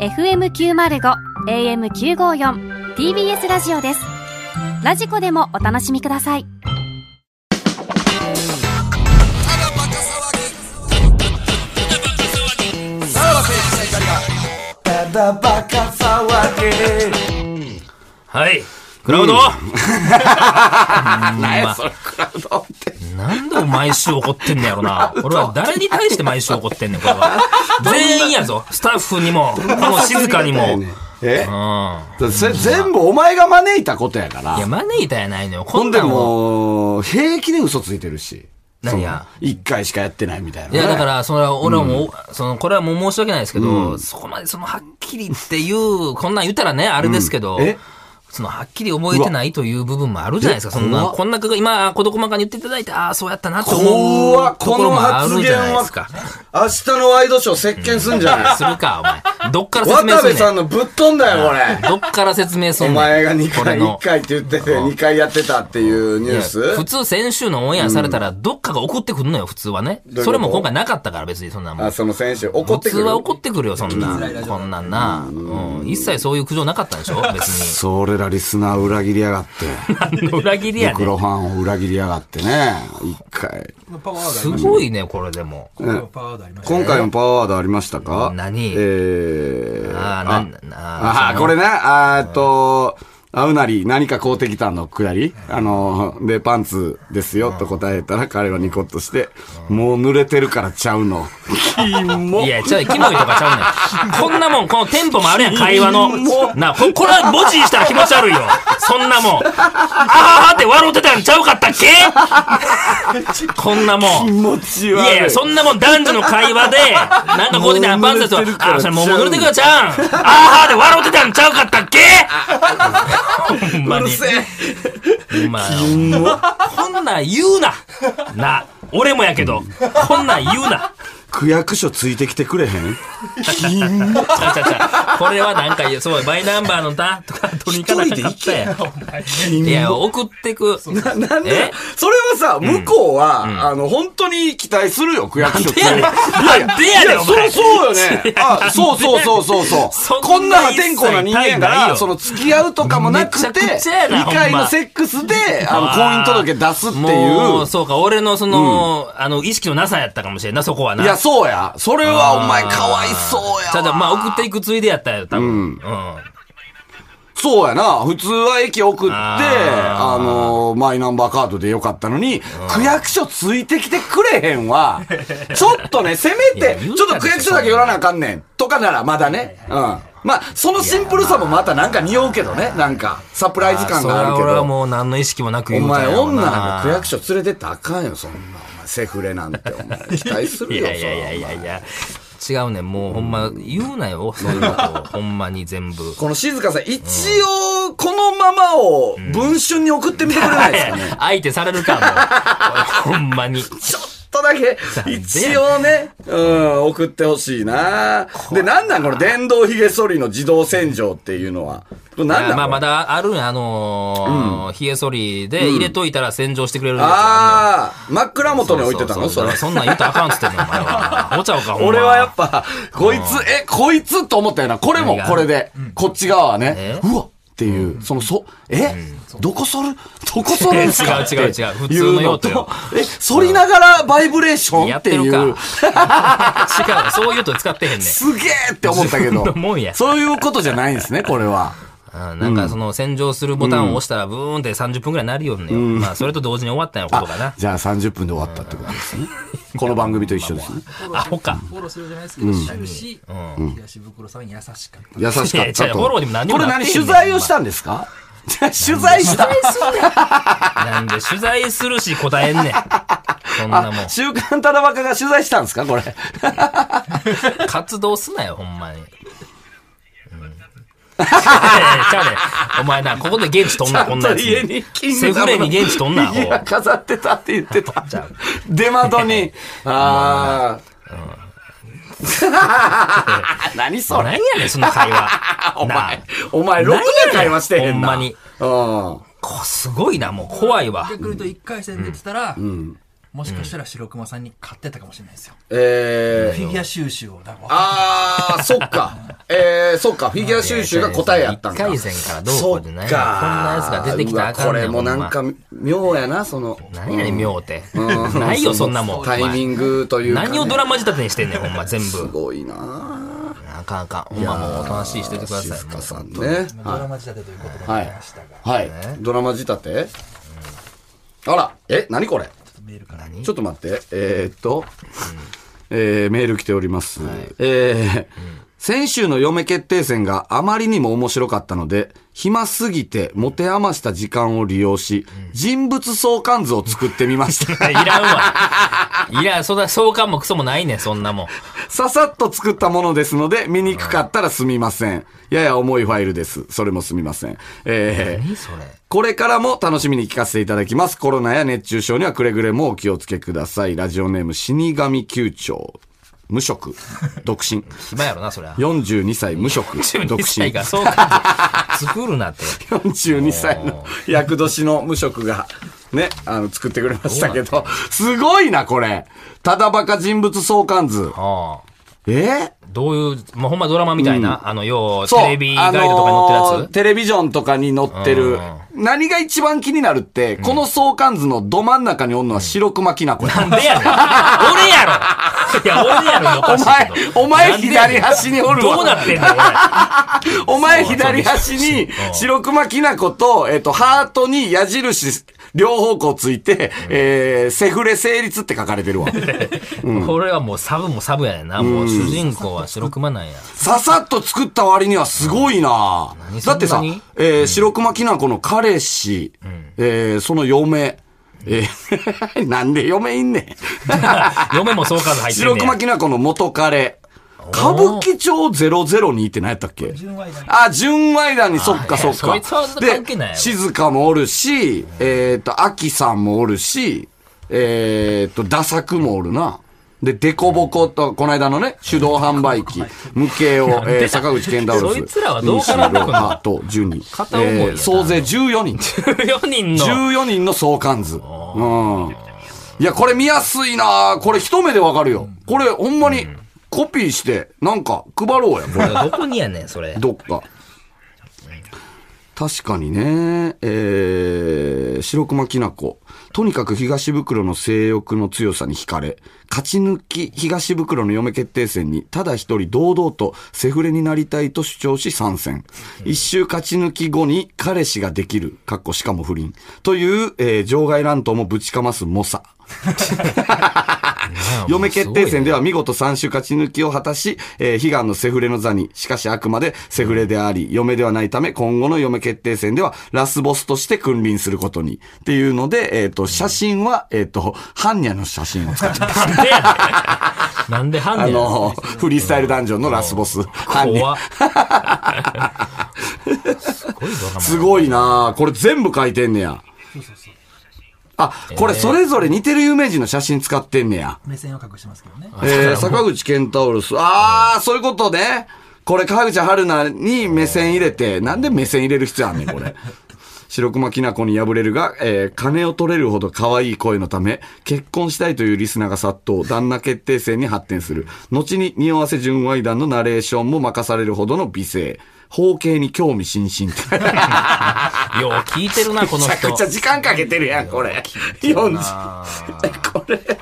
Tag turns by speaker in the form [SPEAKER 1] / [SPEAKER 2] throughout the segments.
[SPEAKER 1] FM905 AM954 TBS ラジオですラジコでもお楽しみください
[SPEAKER 2] はい。クラウド、
[SPEAKER 3] 何やそのクラウドって。
[SPEAKER 2] なんで毎週怒ってんのや ろな。俺は誰に対して毎週怒ってんねん、これは。全員やぞ。スタッフにも、この静かにも。うん。い
[SPEAKER 3] え
[SPEAKER 2] や、
[SPEAKER 3] だってそれ全部お前が招いたことやから。
[SPEAKER 2] 招いたやないのよ。
[SPEAKER 3] ほ
[SPEAKER 2] こ
[SPEAKER 3] ん
[SPEAKER 2] ん
[SPEAKER 3] で
[SPEAKER 2] なんも。
[SPEAKER 3] もう、平気で嘘ついてるし。
[SPEAKER 2] 何や
[SPEAKER 3] その一回しかやってないみたいなね。
[SPEAKER 2] いや、だから、それは、俺はもう、その、これはもう申し訳ないですけど、そこまで、その、はっきりっていう、こんなん言ったらね、あれですけど
[SPEAKER 3] うんえ、
[SPEAKER 2] その、はっきり覚えてないという部分もあるじゃないですか。そんな、
[SPEAKER 3] 怖っ
[SPEAKER 2] こんな、今、事細かに言っていただいて、ああ、そうやったなと思
[SPEAKER 3] 怖
[SPEAKER 2] う
[SPEAKER 3] っ
[SPEAKER 2] と
[SPEAKER 3] こ
[SPEAKER 2] ころ
[SPEAKER 3] の
[SPEAKER 2] もあ
[SPEAKER 3] 発
[SPEAKER 2] るじ
[SPEAKER 3] 言
[SPEAKER 2] ゃないで
[SPEAKER 3] は
[SPEAKER 2] すか。、
[SPEAKER 3] 明日のワイドショー席巻すんじゃない
[SPEAKER 2] するか、お前。どっから説明
[SPEAKER 3] 渡
[SPEAKER 2] す
[SPEAKER 3] 部
[SPEAKER 2] るね
[SPEAKER 3] さ
[SPEAKER 2] ん
[SPEAKER 3] んのぶっ飛んだよ、これ。
[SPEAKER 2] どっから説明す
[SPEAKER 3] お
[SPEAKER 2] んねん
[SPEAKER 3] 前が2
[SPEAKER 2] これ
[SPEAKER 3] 回、
[SPEAKER 2] の
[SPEAKER 3] 1回って言ってて、2回やってたっていうニュー
[SPEAKER 2] いや普
[SPEAKER 3] ス
[SPEAKER 2] 通先週のオンエアされたら、どっかが送ってくるのよ、普通はね
[SPEAKER 3] ういうこと
[SPEAKER 2] それも今回なかったから、別にそんなもん
[SPEAKER 3] あ、。その選手、怒
[SPEAKER 2] 普
[SPEAKER 3] って
[SPEAKER 2] 通
[SPEAKER 3] くる。
[SPEAKER 2] は怒ってくるよ、そんな。こんなんな。うん。一切そういう苦情なかったんでしょ別に。
[SPEAKER 3] そう、俺らリスナー裏切りやがって。
[SPEAKER 2] 何の裏切りやねん
[SPEAKER 3] 黒ファンを裏切りやがってね。一回。
[SPEAKER 4] パワーがあ
[SPEAKER 2] す
[SPEAKER 4] りました
[SPEAKER 2] ごいね、これでも。
[SPEAKER 4] 今回はパワーがありまし
[SPEAKER 3] 今
[SPEAKER 4] た
[SPEAKER 3] 回のパワーワードありましたか
[SPEAKER 2] 何
[SPEAKER 3] えー、
[SPEAKER 2] あーなんあー
[SPEAKER 3] あーこれね、あーえっと、会うなり何か買うてきたのくだり、あの、で、パンツですよと答えたら彼はニコッとして、もう濡れてるからちゃうの。キモ
[SPEAKER 2] いや、ちょい、キモいとかちゃうねん。こんなもん、このテンポもあるや ん、会話の。な、ここれは文字にしたら気持ち悪いよ。そんなもん。あははって笑うてたんちゃうかった っけこんなもん。
[SPEAKER 3] 持ち
[SPEAKER 2] いやいや、そんなもん男女の 会話で、なんかこうでね、
[SPEAKER 3] もう
[SPEAKER 2] パンツ
[SPEAKER 3] 濡れてる
[SPEAKER 2] は、
[SPEAKER 3] から
[SPEAKER 2] あ、それもう濡れてくるちゃうん。あーはーで笑うてたんちゃうかったっけ ほんまに。ほんまよこんなん言うな。な、俺もやけど、こんなん言うな。
[SPEAKER 3] 区役所ついてきてくれへん
[SPEAKER 2] ちゃちゃちゃこれはなんか、そう、マイナンバーのな、とか、取り方なかったやん。いや、送ってく。
[SPEAKER 3] なん
[SPEAKER 2] え
[SPEAKER 3] でそれはさ、向こうは、あの、本当に期待するよ、区役所ついていやいや
[SPEAKER 2] なんでやねんお
[SPEAKER 3] そり
[SPEAKER 2] 前
[SPEAKER 3] ゃそうよね。 あ、そうそうそうそうそう
[SPEAKER 2] そん。な
[SPEAKER 3] こんな破天荒な人間やか
[SPEAKER 2] 一切ない
[SPEAKER 3] ら、
[SPEAKER 2] よ
[SPEAKER 3] その付き合うとかもなくて、
[SPEAKER 2] めちゃくちゃやな
[SPEAKER 3] 2回
[SPEAKER 2] ほん
[SPEAKER 3] の
[SPEAKER 2] ま
[SPEAKER 3] セックスで、あの、婚姻届出すって
[SPEAKER 2] もう、
[SPEAKER 3] い
[SPEAKER 2] そうか、俺のその、あの、意識のなさやったかもしれんな、そこはな。
[SPEAKER 3] う。いや、そうや。それはお前
[SPEAKER 2] あー
[SPEAKER 3] かわいそうやわ。
[SPEAKER 2] ただ、まあ、送っていくついでやったよ、多分。うん。
[SPEAKER 3] そうやな。普通は駅送って、あ
[SPEAKER 2] あー
[SPEAKER 3] の、マイナンバーカードでよかったのに、区役所ついてきてくれへん わ。ちょっとね、せめ
[SPEAKER 2] いや
[SPEAKER 3] て、
[SPEAKER 2] 言うたでしょ
[SPEAKER 3] ちょっと区役所だけ寄らなあかんねん。とかならまだね。うん。まあ、そのシンプルさもまたなんか匂うけどね。なんか、サプライズ感がある
[SPEAKER 2] そ
[SPEAKER 3] け
[SPEAKER 2] れは俺は
[SPEAKER 3] ど。
[SPEAKER 2] もう何の意識もなく
[SPEAKER 3] お
[SPEAKER 2] 言うたん
[SPEAKER 3] 前、
[SPEAKER 2] やろう
[SPEAKER 3] 女
[SPEAKER 2] な
[SPEAKER 3] が区役所連れてったらあかんよ、そんな。お前、セフレなんて、お前、期待する
[SPEAKER 2] い
[SPEAKER 3] よ、
[SPEAKER 2] やいやいやい
[SPEAKER 3] そ
[SPEAKER 2] や
[SPEAKER 3] らお
[SPEAKER 2] い
[SPEAKER 3] 前
[SPEAKER 2] や。違うねんもうほんま、言うなよ、そういうことを。ほんまに全部。
[SPEAKER 3] この静香さん、一応、このままを文春に送ってみてくれないですかね。
[SPEAKER 2] 相手されるか、もう。ほんまに。
[SPEAKER 3] ちょっとだけ、一応ね、うん、送ってほしいなで、なんなんこの電動髭剃りの自動洗浄っていうのは。これなん
[SPEAKER 2] い
[SPEAKER 3] な
[SPEAKER 2] や
[SPEAKER 3] ん
[SPEAKER 2] まあ
[SPEAKER 3] これ
[SPEAKER 2] まだあるんやあのー、冷え剃りで入れといたら洗浄してくれるやつあ
[SPEAKER 3] あー、枕
[SPEAKER 2] るの
[SPEAKER 3] 元に置いてたのそれ。
[SPEAKER 2] そんなん言ったらあかんっつってんの、お前は。 お茶か、ほんま
[SPEAKER 3] 俺はやっぱ、こいつ、え、こいつと思ったよな。これも
[SPEAKER 2] 何が
[SPEAKER 3] これで。こっち側はね
[SPEAKER 2] え、
[SPEAKER 3] うわっていう、その、そ、えどこ剃るどこ剃るんすか
[SPEAKER 2] 違う違う違う
[SPEAKER 3] って
[SPEAKER 2] 普通の用途
[SPEAKER 3] いうの
[SPEAKER 2] よ
[SPEAKER 3] とえ、剃りながらバイブレーション
[SPEAKER 2] やっ
[SPEAKER 3] って
[SPEAKER 2] て
[SPEAKER 3] い
[SPEAKER 2] るか。
[SPEAKER 3] う。
[SPEAKER 2] 違う、そういうと使ってへんねん。
[SPEAKER 3] すげえって思ったけど
[SPEAKER 2] 自分のもんや。
[SPEAKER 3] そういうことじゃないんですね、これは。
[SPEAKER 2] あーなんかその洗浄するボタンを押したらブーンって30分くらいなるよね。まあそれと同時に終わったんやことかな。
[SPEAKER 3] じゃあ30分で終わったってことですね。この番組と一緒 ですね。
[SPEAKER 2] アホか。
[SPEAKER 4] フォローするじゃないですけど、終始、東袋さん優しかった。
[SPEAKER 3] 優しかっ
[SPEAKER 2] いや
[SPEAKER 3] た
[SPEAKER 2] 違うフォローにも何に
[SPEAKER 3] と。
[SPEAKER 2] も
[SPEAKER 3] これ
[SPEAKER 2] なって
[SPEAKER 3] 何
[SPEAKER 2] へんねん
[SPEAKER 3] 取材をしたんですか取材した。
[SPEAKER 2] なんで取材するし答えんねん。そんな もん。
[SPEAKER 3] 週刊ただばかが取材したんですかこれ。
[SPEAKER 2] 活動すなよ、ほんまに。 うんいやいやちゃうねんお前な、ここで現地とんな、こんなやつ。
[SPEAKER 3] 家に金
[SPEAKER 2] セフレに現地とんな、アホ
[SPEAKER 3] いや、飾ってたって言ってた
[SPEAKER 2] ちゃう。
[SPEAKER 3] 出窓 に。ああ。 何そ
[SPEAKER 2] 何や
[SPEAKER 3] れ
[SPEAKER 2] ねん、その会話。
[SPEAKER 3] お
[SPEAKER 2] なあ
[SPEAKER 3] 前、お前6年会話してへんな。
[SPEAKER 2] 何やねん
[SPEAKER 3] うん。
[SPEAKER 2] こすごいな、もう怖いわ。
[SPEAKER 4] ヤクルト1回戦出てたら、もしかしたら白熊さんに勝ってたかもしれないですよ。
[SPEAKER 3] えー
[SPEAKER 4] フィギュア収集をだから
[SPEAKER 3] あー、そっか。ええー、そうか、フィギュア収集が答えやったんか。
[SPEAKER 2] 一回戦からどう
[SPEAKER 3] そ
[SPEAKER 2] こ
[SPEAKER 3] っ
[SPEAKER 2] う
[SPEAKER 3] か。
[SPEAKER 2] じゃない。こんなやつが出てきたらあかん
[SPEAKER 3] うわこ
[SPEAKER 2] ね
[SPEAKER 3] れ
[SPEAKER 2] ん。
[SPEAKER 3] もなん
[SPEAKER 2] ほ
[SPEAKER 3] か
[SPEAKER 2] ん、
[SPEAKER 3] 妙やな、その。
[SPEAKER 2] ま、何やねん、妙って。
[SPEAKER 3] うん
[SPEAKER 2] ないよ、そんなもん。
[SPEAKER 3] タイミ
[SPEAKER 2] ン
[SPEAKER 3] ングというかね、
[SPEAKER 2] 何をドラマ仕立てにしてんねん、ほんま、全
[SPEAKER 3] す
[SPEAKER 2] 部。
[SPEAKER 3] ごいな
[SPEAKER 2] あかんあかん。ほんまもう、おとなしいしててください。もう
[SPEAKER 3] さんね。
[SPEAKER 4] ドラマ仕立てという言葉が
[SPEAKER 3] は
[SPEAKER 4] あり
[SPEAKER 3] い
[SPEAKER 4] ましたが、。
[SPEAKER 3] はい。ドラマ仕立てあら、え、何これ
[SPEAKER 4] ちょっとメールから
[SPEAKER 3] ちょっと待って。えーっと、えーメール来ております。えー先週の嫁決定戦があまりにも面白かったので、暇すぎて持て余した時間を利用し、人物相関図を作ってみま した。
[SPEAKER 2] いらんわ。いらん、そんな相関もクソもないねん、そんなもん。
[SPEAKER 3] ささっと作ったものですので、見にくかったらすみません。やや重いファイルです。それもすみません。えー
[SPEAKER 2] 何それ。
[SPEAKER 3] これからも楽しみに聞かせていただきます。コロナや熱中症にはくれぐれもお気をつけください。ラジオネーム死神球長。無職。独身。
[SPEAKER 2] 暇やろな、そりゃ。
[SPEAKER 3] 42歳無職。独
[SPEAKER 2] 42歳
[SPEAKER 3] 身。
[SPEAKER 2] が相関図作るなって。
[SPEAKER 3] 42歳の役年の無職が、ね、あの、作ってくれましたけど。すごいな、これ。ただバカ人物相関図。
[SPEAKER 2] ああ。
[SPEAKER 3] え
[SPEAKER 2] どういう、まあ、ほんまドラマみたいな、あの、よう、
[SPEAKER 3] そう
[SPEAKER 2] テレビガイドとかに載ってるやつ、
[SPEAKER 3] あのーテレビジョンとかに載ってる。何が一番気になるって、この相関図のど真ん中におんのは白熊きなこや。
[SPEAKER 2] なんでやねん。俺やろいや、俺やろ残
[SPEAKER 3] お
[SPEAKER 2] してん
[SPEAKER 3] 前
[SPEAKER 2] の、
[SPEAKER 3] お前左端におる
[SPEAKER 2] どう
[SPEAKER 3] わ。
[SPEAKER 2] なってんの俺。
[SPEAKER 3] お前左端に
[SPEAKER 2] うん
[SPEAKER 3] 白熊きなこと、えっと、ハートに矢印、両方向ついて、えー、セフレ成立って書かれ てるわ。
[SPEAKER 2] これはもうサブもサブやねんな。もう主人公は白熊なんや。
[SPEAKER 3] ささっと作った割にはすごいな、
[SPEAKER 2] 何そんなに
[SPEAKER 3] だってさ、えー、白熊きなこの彼氏、えー、その嫁、えー、 なんで嫁いんねん。
[SPEAKER 2] 嫁も相関図入ってん
[SPEAKER 3] 白
[SPEAKER 2] ね
[SPEAKER 3] 熊
[SPEAKER 2] ん。
[SPEAKER 3] きなこの元彼。歌舞伎町002って何やったっけ
[SPEAKER 4] 純愛だね
[SPEAKER 3] あ、純愛団にそっ
[SPEAKER 2] あ
[SPEAKER 3] か
[SPEAKER 2] い
[SPEAKER 3] そ
[SPEAKER 2] や
[SPEAKER 3] っ
[SPEAKER 2] そいつ
[SPEAKER 3] か。
[SPEAKER 2] は関係ないやろ
[SPEAKER 3] 静香もおるし、えっと、秋さんもおるし、えっと、ダサクもおるな。で、デコボコと、この間のね、手動販売機、無形を、えー坂口健太郎
[SPEAKER 2] そいつらはどう絡んでくんの
[SPEAKER 3] あと、10人。
[SPEAKER 2] 片思いやな
[SPEAKER 3] えー総勢14人。
[SPEAKER 2] 4人の。
[SPEAKER 3] 14人の相関図。うん。いや、これ見やすいなこれ一目でわかるよ。これほんまにコピーして、なんか配ろうや、これ。
[SPEAKER 2] どこにやねん、それ。
[SPEAKER 3] どっか。確かにね、えー、白熊きな子。とにかく東袋の性欲の強さに惹かれ、勝ち抜き東袋の嫁決定戦に、ただ一人堂々とセフレになりたいと主張し参戦。一周勝ち抜き後に彼氏ができる、かっこしかも不倫。という、えー場外乱闘もぶちかます猛者。嫁決定戦で
[SPEAKER 2] は。
[SPEAKER 3] は見事3週勝ち抜きを果たし、えー悲願のセフレの座に、しかしあくまでセフレであり、嫁ではないため、今後の嫁決定戦ではラスボスとして君臨することに。っていうので、えっ、と、写真は、えっ、と、ハンニャの写真を 使ってます。
[SPEAKER 2] なんでやねん。 なんで犯
[SPEAKER 3] あ
[SPEAKER 2] 人やねん
[SPEAKER 3] の、フリースタイルダンジョンのラスボス。ハンニャ
[SPEAKER 2] 怖っすごいドラマ。
[SPEAKER 3] すごいなあこれ全部書いてんねや。あ、これそれぞれ似てる有名人の写真使ってんねや。
[SPEAKER 4] 目線を隠してますけどね
[SPEAKER 3] えー、坂口健太郎ス。あー、そういうことね。これ、川口春奈に目線入れて、なんで目線入れる必要あんねん、こ れ。白熊きなこに敗れるが、えー金を取れるほど可愛い声のため、結婚したいというリスナーが殺到、旦那決定戦に発展する。後に、匂わせ純愛団のナレーションも任されるほどの美声。方形に興味津々って。
[SPEAKER 2] よう聞いてるな、 この
[SPEAKER 3] めちゃ
[SPEAKER 2] 人
[SPEAKER 3] くち。ゃ時間かけてるやん、これ。40。これ、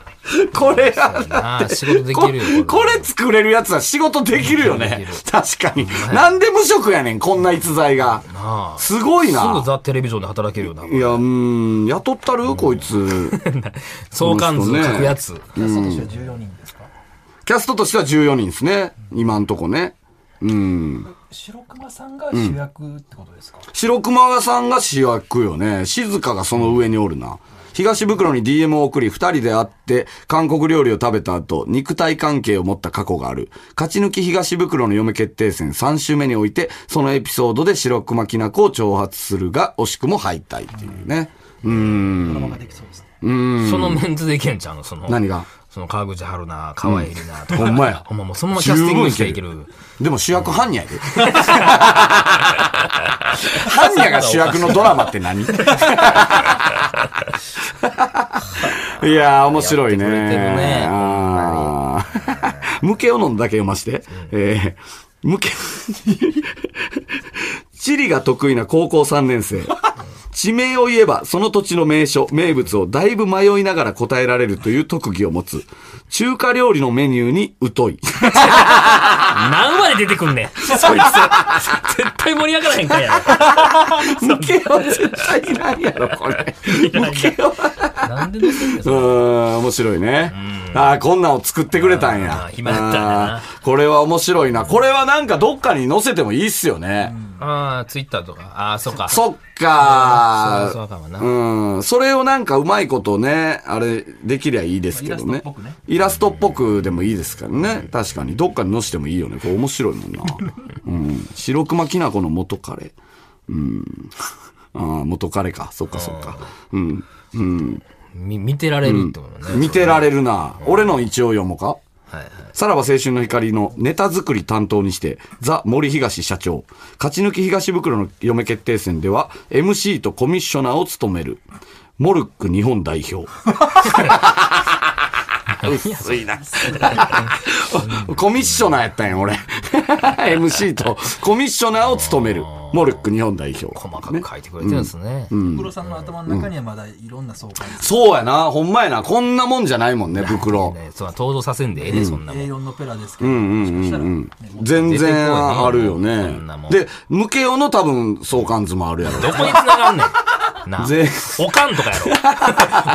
[SPEAKER 3] これや
[SPEAKER 2] なあ仕事できるよ
[SPEAKER 3] ここれ作れるやつは仕事できるよ
[SPEAKER 2] で
[SPEAKER 3] ね
[SPEAKER 2] きる。
[SPEAKER 3] 確かに。なんで無職やねん、こんな逸材が。
[SPEAKER 2] なあ
[SPEAKER 3] すごい
[SPEAKER 2] すぐ
[SPEAKER 3] な。。
[SPEAKER 2] ザ・テレビジョンで働けるよない
[SPEAKER 3] や、うーん、雇ったるこい つ。
[SPEAKER 2] 相関図書くやつ。
[SPEAKER 4] キャストとしては14人ですか
[SPEAKER 3] キャストとしては14人ですね。今んとこね。うん。
[SPEAKER 4] 白熊さんが主役ってことですか、
[SPEAKER 3] 白熊さんが主役よね。静香がその上におるな。東袋に DM を送り、二人で会って、韓国料理を食べた後、肉体関係を持った過去がある。勝ち抜き東袋の嫁決定戦3週目において、そのエピソードで白熊きなこを挑発するが、惜しくも敗退っていうね。うーん。
[SPEAKER 4] ドラマができそうですね
[SPEAKER 2] そのメンズでいけんちゃうのその。
[SPEAKER 3] 何が
[SPEAKER 2] その川口春奈、川栄里奈とか。
[SPEAKER 3] ほんまや
[SPEAKER 2] ほんまもうそのままキャスティングしていける。
[SPEAKER 3] でも主役般 若やで。般若が主役のドラマって 何いやー、面白いね。
[SPEAKER 2] やってくれてるね
[SPEAKER 3] あー無形を飲んだだけ読まして。えー無け地理が得意な高校3年生。地名を言えば、その土地の名所、名物をだいぶ迷いながら答えられるという特技を持つ。中華料理のメニューに疎い。
[SPEAKER 2] 何話で出てくんねん。 そいつ。絶対盛り上がらへんかや
[SPEAKER 3] 無けは絶対いないやろ、これ。無けは。
[SPEAKER 2] ろ。なんで乗せんねん
[SPEAKER 3] う
[SPEAKER 2] それ
[SPEAKER 3] ーん、面白いね。ああ、こんなんを作ってくれたんや。
[SPEAKER 2] あー暇だったんやな
[SPEAKER 3] あーこれは面白いな。これはなんかどっかに載せてもいいっすよね。
[SPEAKER 2] ああ、ツイッターとか。ああ、そうか。
[SPEAKER 3] そっ
[SPEAKER 2] そうそう
[SPEAKER 3] か
[SPEAKER 2] かもな
[SPEAKER 3] ー。うん。それをなんかうまいことね、あれ、できりゃいいですけど
[SPEAKER 4] イラ
[SPEAKER 3] ね
[SPEAKER 4] ストっぽくね。
[SPEAKER 3] イラストっぽくでもいいですからね。確かに。どっかに載せてもいいよね。これ面白いもん な。うん。白熊きなこの元カレ。うん。ああ、元カレか。そっかそっか。うん。うん。
[SPEAKER 2] み見てられるってことね。
[SPEAKER 3] 見てられるな。俺の一応読もうか。
[SPEAKER 2] はいはい。
[SPEAKER 3] さらば青春の光のネタ作り担当にして、ザ・森東社長、勝ち抜き東袋の嫁決定戦では、MC とコミッショナーを務める、モルック日本代表。薄いな。 コミッショナーやったんや、俺。MC とコミッショナーを務める、モルック日本代表。
[SPEAKER 2] 細かく書いてくれてるんですね。
[SPEAKER 4] 袋さんの頭の中にはまだいろんな相関
[SPEAKER 3] そうやな、ほんまやな。こんなもんじゃないもんね、袋。
[SPEAKER 2] ねそう登場させんでええで、そんなもん。
[SPEAKER 4] A4 のペラですけど、もしかしたら、ね、もう
[SPEAKER 3] 全然あるよね
[SPEAKER 2] そんなも。ん
[SPEAKER 3] で、ムケオの多分相関図もある やろ。
[SPEAKER 2] どこに繋がんねん。なあ
[SPEAKER 3] ぜ
[SPEAKER 2] おかんとか や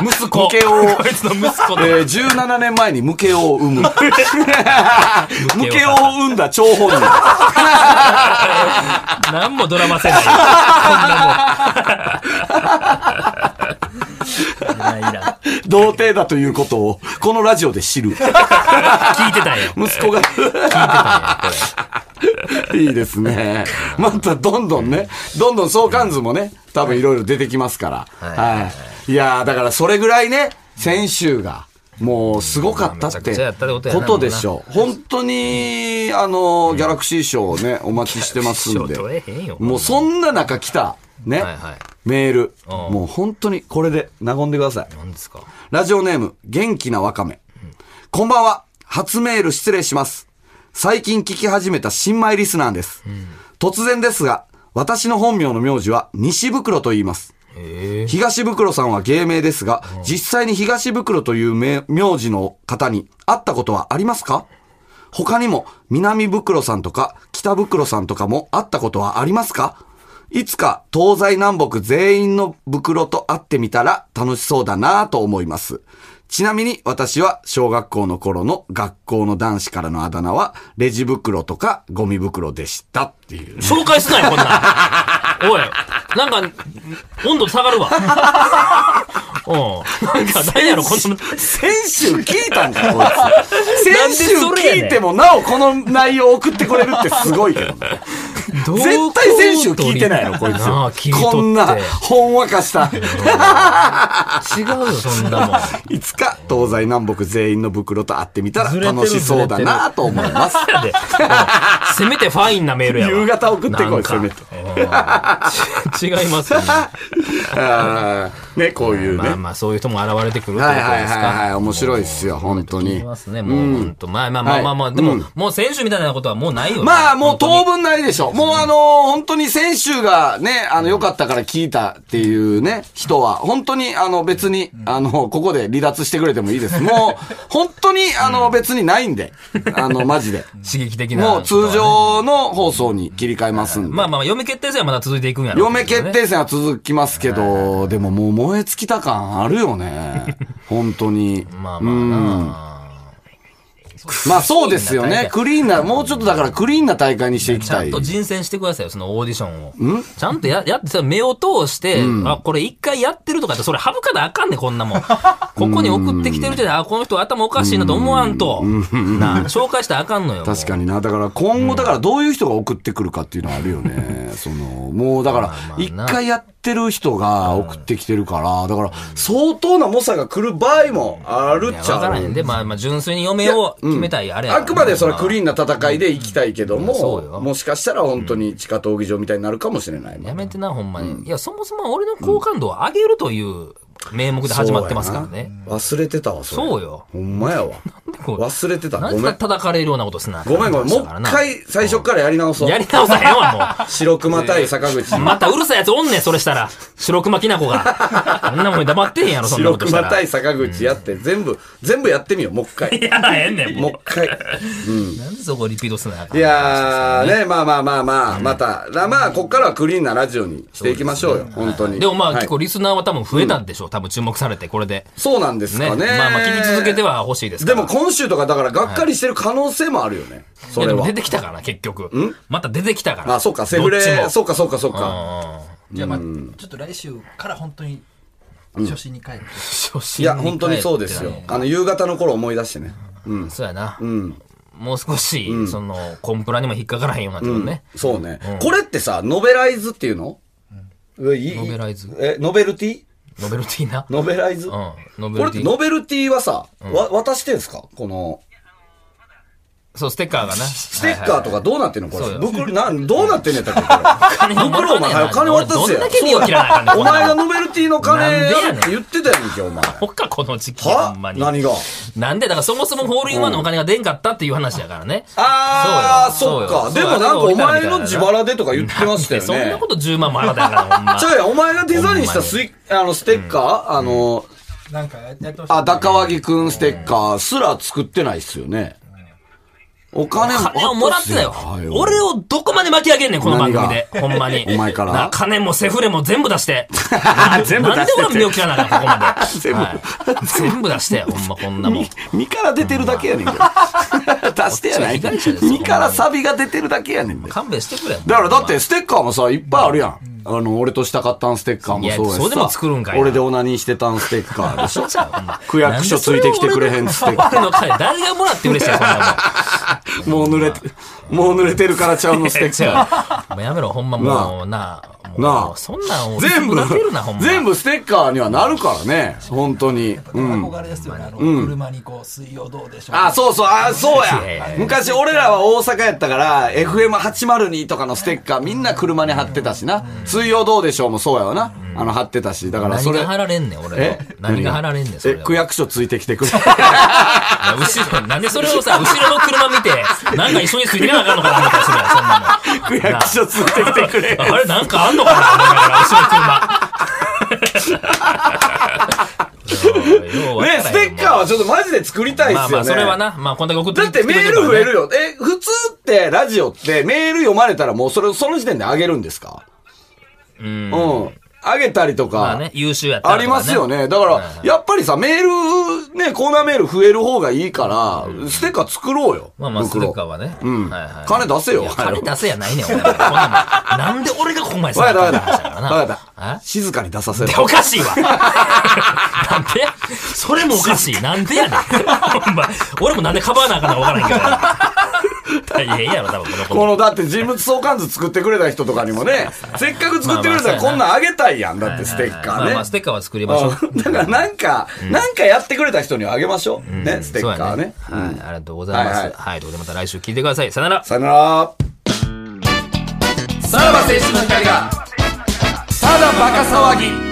[SPEAKER 2] ろ。息子。
[SPEAKER 3] ムケオ
[SPEAKER 2] こいつの息子
[SPEAKER 3] えー
[SPEAKER 2] で。
[SPEAKER 3] 17年前にムケオを 生む。ムケオを生んだ張本人。
[SPEAKER 2] 何もドラマせない。こんなもん。いらんいらん
[SPEAKER 3] 童貞だということを、このラジオで 知る。
[SPEAKER 2] 聞いてたんよ。聞いて
[SPEAKER 3] 息子が。
[SPEAKER 2] たんよ、
[SPEAKER 3] いいですね。またどんどんね、どんどん相関図もね、多分いろいろ出てきますから。はい。いやーだからそれぐらいね、先週が、もうすごかったっ
[SPEAKER 2] めちゃ
[SPEAKER 3] て
[SPEAKER 2] くちゃやったってことや
[SPEAKER 3] こ
[SPEAKER 2] な
[SPEAKER 3] とでしょう。本当に、あの、ギャラクシー賞をね、お待ちしてますん
[SPEAKER 2] ギャラクシー賞取れへん
[SPEAKER 3] で
[SPEAKER 2] よ。
[SPEAKER 3] もうそんな中来た、ね
[SPEAKER 2] はいはい、
[SPEAKER 3] メール。
[SPEAKER 2] うん
[SPEAKER 3] もう本当にこれで和んでください。
[SPEAKER 2] これ。何ですか
[SPEAKER 3] ラジオネーム、元気なわかめ。こんばんは。初メール失礼します。最近聞き始めた新米リスナーです。突然ですが、私の本名の名字は西袋と言います。
[SPEAKER 2] ええ。
[SPEAKER 3] 東袋さんは芸名ですが、実際に東袋という名名字の方に会ったことはありますか他にも、南袋さんとか、北袋さんとかも会ったことはありますかいつか東西南北全員の袋と会ってみたら楽しそうだなぁと思います。ちなみに私は小学校の頃の学校の男子からのあだ名は、レジ袋とかゴミ袋でしたっていう。
[SPEAKER 2] 紹介すなよ、こんなん。おい。なんか、温度下がる わ。うん。なんか、何やろ、この。
[SPEAKER 3] 先週聞いたんだよ、こいつ。
[SPEAKER 2] なんで
[SPEAKER 3] 先週
[SPEAKER 2] それやねん
[SPEAKER 3] 聞いても、なおこの内容を送ってくれるってすごいけ どね。絶対先週聞いてないの、こい
[SPEAKER 2] なあ
[SPEAKER 3] つ。
[SPEAKER 2] 切り取って
[SPEAKER 3] こんな、ほんわかした。
[SPEAKER 2] 違うよ、そんなもん。
[SPEAKER 3] いつか、東西南北全員の袋と会ってみたら
[SPEAKER 2] ずれてる
[SPEAKER 3] 楽しそうだなと思います。
[SPEAKER 2] でせめてファインなメールやわ。
[SPEAKER 3] 夕方送ってこい、せめて。
[SPEAKER 2] て。違いますよね。
[SPEAKER 3] あーね、こういう
[SPEAKER 2] まあ
[SPEAKER 3] ね。
[SPEAKER 2] まあ、そういう人も現れてくるってこと
[SPEAKER 3] はい
[SPEAKER 2] です
[SPEAKER 3] はいはい
[SPEAKER 2] か。
[SPEAKER 3] はい、面白いっすよ、本当
[SPEAKER 2] 言
[SPEAKER 3] に
[SPEAKER 2] い。ますね、もう本当。まあまあまあまあまあ、で
[SPEAKER 3] う
[SPEAKER 2] も
[SPEAKER 3] ん、
[SPEAKER 2] もう選手みたいなことはもうないよね。
[SPEAKER 3] まあ、もう
[SPEAKER 2] 本当に
[SPEAKER 3] 当分ないでしょ。もうあのー本当に先週がね、あの、良かったから聞いたっていうね、人は、本当に、あの、別に、あの、ここで離脱してくれてもいいです。もう、本当に、あの、別にないんで、あの、マジ で。
[SPEAKER 2] 刺激的な。
[SPEAKER 3] もう通。常の放送に切り替えますんで
[SPEAKER 2] ま。あまあ、嫁決定戦はまだ続いていくんやろう
[SPEAKER 3] 嫁
[SPEAKER 2] け
[SPEAKER 3] 決
[SPEAKER 2] どね。
[SPEAKER 3] 定戦は続きますけど、でももう燃え尽きた感あるよ ね。本当に。
[SPEAKER 2] まあまあな
[SPEAKER 3] まあそうですよね。
[SPEAKER 2] ク
[SPEAKER 3] クリーンな、もうちょっとだからクリーンな大会にしていき
[SPEAKER 2] ちゃ
[SPEAKER 3] た
[SPEAKER 2] ん
[SPEAKER 3] い
[SPEAKER 2] と。人選してくださいよ、そのオーディションを。ちゃんとや、やってさ、目を通して、あ、これ一回やってるとかって、それ省かなあかんねん、こんなもん。 ここに送ってきてるじゃない、あ、この人頭おかしいなと思わんと。なあ、紹介したらあかんのよ。
[SPEAKER 3] 確かにな。だから今後、だからどういう人が送ってくるかっていうのはあるよ ね。その、もうだから、一回やってる人が送ってきてるから、だから相当な猛者が来る場合もあるっ
[SPEAKER 2] に。
[SPEAKER 3] ちゃ
[SPEAKER 2] わから
[SPEAKER 3] あ
[SPEAKER 2] へん
[SPEAKER 3] る。
[SPEAKER 2] で、まあまあ、純粋に嫁を決めたい、あれや
[SPEAKER 3] あくまでそれはク
[SPEAKER 2] ー
[SPEAKER 3] リーンな戦いでいきたいけど
[SPEAKER 2] そうよ
[SPEAKER 3] も、もしかしたら本当に地下闘技場みたいになるかもしれないね
[SPEAKER 2] やめてな、ほんまに。いや、そもそも俺の好感度を上げるという名目で始まってますからね。
[SPEAKER 3] 忘れてたわ、それ。
[SPEAKER 2] そうよ。
[SPEAKER 3] ほんまやわ。
[SPEAKER 2] こう
[SPEAKER 3] 忘れてた。
[SPEAKER 2] な
[SPEAKER 3] ご
[SPEAKER 2] ん
[SPEAKER 3] め
[SPEAKER 2] で
[SPEAKER 3] ん。
[SPEAKER 2] 叩かれるようなことすな。
[SPEAKER 3] ごめんごめん。もう一回最初からやり直そう
[SPEAKER 2] や。り直さへんわ、も
[SPEAKER 3] 白熊対坂口。
[SPEAKER 2] う。またうるさいやつおんねん、それしたら。白熊きな こが。そんなもんに黙ってへんやろ、そんな
[SPEAKER 3] 白
[SPEAKER 2] ことした
[SPEAKER 3] 熊
[SPEAKER 2] ら。
[SPEAKER 3] 対坂口やって、全部、全部やってみよう、もう一回。
[SPEAKER 2] やらへんねん、
[SPEAKER 3] もう
[SPEAKER 2] も
[SPEAKER 3] 一回。
[SPEAKER 2] う。なんでそこリピートすなあかん
[SPEAKER 3] いやー、ね、まあまあまあまあ、また、らまあ、こっからはクリーンなラジオにしていきましょうよ、本当に。
[SPEAKER 2] でもまあ、
[SPEAKER 3] はい
[SPEAKER 2] 結構リスナーは多分増えたんでしょう。多分注目されて、これで。
[SPEAKER 3] そうなんです
[SPEAKER 2] ね。
[SPEAKER 3] かね。
[SPEAKER 2] まあまあ、聞き続けては欲しいですか
[SPEAKER 3] で
[SPEAKER 2] ら。
[SPEAKER 3] も今週とかだからがっかりしてる可能性もあるよね。そ
[SPEAKER 2] い
[SPEAKER 3] れ
[SPEAKER 2] やでも
[SPEAKER 3] は
[SPEAKER 2] 出。てきたから、結局。また出てきたから。
[SPEAKER 3] あ、そうか、セフ
[SPEAKER 2] どっち
[SPEAKER 3] レ、
[SPEAKER 2] も
[SPEAKER 3] そうか、そうか、そうか。
[SPEAKER 4] じゃあまあ、ちょっと来週から本当に、初心に帰る。
[SPEAKER 3] いや、本当にそうですよ。あの、夕方の頃思い出してね。
[SPEAKER 2] うんそうやな。もう少し、その、コンプラにも引っかからへんようになってくるね。
[SPEAKER 3] そうね。これってさ、ノベライズっていうのノ
[SPEAKER 2] ノベ
[SPEAKER 3] ベ
[SPEAKER 2] ライズ
[SPEAKER 3] え、ノベルティ
[SPEAKER 2] ノベルティな。
[SPEAKER 3] ノベライズ
[SPEAKER 2] うん。ノベ
[SPEAKER 3] これ
[SPEAKER 2] ル
[SPEAKER 3] っ
[SPEAKER 2] テ
[SPEAKER 3] て
[SPEAKER 2] ィ。
[SPEAKER 3] ノベルティはさ、わ、渡してんすかこの、
[SPEAKER 2] そう、ステッカーがな。ス
[SPEAKER 3] ステッカーとかどうなってんのこ
[SPEAKER 2] そう
[SPEAKER 3] れ。
[SPEAKER 2] よ
[SPEAKER 3] 袋、なん、どうなってんねんや ったっけこれ。袋お前早く金渡
[SPEAKER 2] どん
[SPEAKER 3] せや
[SPEAKER 2] だけ利を切らなあかんねん
[SPEAKER 3] お
[SPEAKER 2] こんな
[SPEAKER 3] 前
[SPEAKER 2] もん
[SPEAKER 3] がノベルティの金
[SPEAKER 2] なんでやね
[SPEAKER 3] や
[SPEAKER 2] ん
[SPEAKER 3] るって言ってたやんけ、お前。
[SPEAKER 2] ほっか、この時期。ほんま
[SPEAKER 3] は
[SPEAKER 2] に。
[SPEAKER 3] 何が
[SPEAKER 2] なんで、だからそもそもホールインワンのお金が出んかったっていう話やからね。
[SPEAKER 3] あー、
[SPEAKER 2] そう
[SPEAKER 3] そ
[SPEAKER 2] よ
[SPEAKER 3] っか。
[SPEAKER 2] そう
[SPEAKER 3] で
[SPEAKER 2] よ
[SPEAKER 3] もなんかお前の
[SPEAKER 2] そう
[SPEAKER 3] 自
[SPEAKER 2] よ
[SPEAKER 3] 腹でとか言ってましたよね。
[SPEAKER 2] そんなこと10万も払ったんやから、ほん ま。
[SPEAKER 3] 違うよ、お前がデザインしたスイあの、ステッカー、あの、
[SPEAKER 4] なんかやってほしい。
[SPEAKER 3] あ、ダカワギくんステッカーすら作ってないっすよね。お金も。
[SPEAKER 2] 金をもらってたよ
[SPEAKER 3] は。い
[SPEAKER 2] 俺をどこまで巻き上げんねん、この番組で。ほんまに。
[SPEAKER 3] お前から
[SPEAKER 2] な金もセフレも全部出して。な
[SPEAKER 3] 全部出して
[SPEAKER 2] なんで俺も身を切らなあかん、ここまで。
[SPEAKER 3] 全部
[SPEAKER 2] はい全部出して、ほんまこんなも ん。い
[SPEAKER 3] 身から出てるだけやねんけど。 出してやない
[SPEAKER 2] こ
[SPEAKER 3] か
[SPEAKER 2] っちは被害者ですよ
[SPEAKER 3] 身からサビが出てるだけやねんで。
[SPEAKER 2] 勘弁してくれ。
[SPEAKER 3] だからだってステッカーもさ、いっぱいあるやん。あの、俺としたかったんステッカーもそうやしさ。
[SPEAKER 2] いやそれでも作るんかいな
[SPEAKER 3] 俺でオナニーしてたんステッカー でしょ。区
[SPEAKER 2] お前、
[SPEAKER 3] 役所ついてきてくれへんっつって。
[SPEAKER 2] 俺の会誰がもらって嬉しいよ、そんな もん。
[SPEAKER 3] もう濡れて、もう濡れてるからちゃうのステッカー。
[SPEAKER 2] 違うもうやめろ、ほんまもう、なあ。もう
[SPEAKER 3] なあ
[SPEAKER 2] そんなんを
[SPEAKER 3] 全部
[SPEAKER 2] 出せるな、ほん、ま。
[SPEAKER 3] 全部ステッカーにはなるからね。本当に。うん。
[SPEAKER 4] 憧れですよね。あの、車にこう、水曜どうでしょう。
[SPEAKER 3] あ、そうそう、あ、そう
[SPEAKER 2] いやいやい
[SPEAKER 3] や。
[SPEAKER 2] や
[SPEAKER 3] 昔俺らは大阪やったから、FM802 とかのステッカーみんな車に貼ってたしな。水曜どうでしょうもそうやわな。あの貼ってたし。だからそ
[SPEAKER 2] 何
[SPEAKER 3] れ
[SPEAKER 2] が。貼られんねん、俺の。何が貼られんねん、そ
[SPEAKER 3] え、
[SPEAKER 2] れは。
[SPEAKER 3] 区役所ついてきてく れ。
[SPEAKER 2] いや後ろ、なんでそれをさ、後ろの車見て、なんか一緒にすりなあかんのかな、思ったりするやんそんなもん。
[SPEAKER 3] 区役所ついてきてくれ。
[SPEAKER 2] あれなんかあんのかな思いながら後ろに車。よう
[SPEAKER 3] ね、ステッカーは
[SPEAKER 2] ち
[SPEAKER 3] ちょっとマジで作りたいっ
[SPEAKER 2] まあ
[SPEAKER 3] す
[SPEAKER 2] ま
[SPEAKER 3] よ
[SPEAKER 2] あ、
[SPEAKER 3] ね。
[SPEAKER 2] それはな。まあ、こんだけ送って
[SPEAKER 3] だってメール増える
[SPEAKER 2] よ。
[SPEAKER 3] よ。え、普通ってラジオってメール読まれたらもうそれ、その時点であげるんですか
[SPEAKER 2] うん。
[SPEAKER 3] うん。あげたりと
[SPEAKER 2] まあ
[SPEAKER 3] か。
[SPEAKER 2] ね、優秀やった
[SPEAKER 3] あ
[SPEAKER 2] ら
[SPEAKER 3] り
[SPEAKER 2] とか
[SPEAKER 3] ますよ。ね。だから、やっぱりさ、メール、ね、コーナーメール増える方がいいから、ステッカー作ろうよ。
[SPEAKER 2] まあまあ、ステ
[SPEAKER 3] 袋
[SPEAKER 2] ッカーはね。
[SPEAKER 3] ん
[SPEAKER 2] はいはい
[SPEAKER 3] 金出せよ
[SPEAKER 2] いや金出せやないねん、俺。こんなもんなんで俺がここまで
[SPEAKER 3] わかったわ
[SPEAKER 2] ん
[SPEAKER 3] か
[SPEAKER 2] だ
[SPEAKER 3] った。わかった。
[SPEAKER 2] え
[SPEAKER 3] 静かに出させ
[SPEAKER 2] い
[SPEAKER 3] る
[SPEAKER 2] や。おかしいわ。なんでそれもおかしい。なんでやねん。ほんま俺もなんでカバーなあかんのかわからんけど。大変やろ、多分この子
[SPEAKER 3] この、だって人物相関図作ってくれた人とかにもね、せっかく作ってくれたらこんなんあげたいやん。だってステッカ
[SPEAKER 2] まあまあ、
[SPEAKER 3] ー
[SPEAKER 2] ス
[SPEAKER 3] ね。
[SPEAKER 2] テッカーは作りましょう。
[SPEAKER 3] うんだ からなんか、なんかやってくれた人にはあげましょう。ね、ステッカーね。
[SPEAKER 2] そうやはい、ありがとうございま
[SPEAKER 3] は
[SPEAKER 2] す。はいい、
[SPEAKER 3] はい
[SPEAKER 2] ということでまた来週聞いてください。さよなら。
[SPEAKER 3] さよなら。
[SPEAKER 2] さらば青春の光が、
[SPEAKER 3] ただバカ騒ぎ。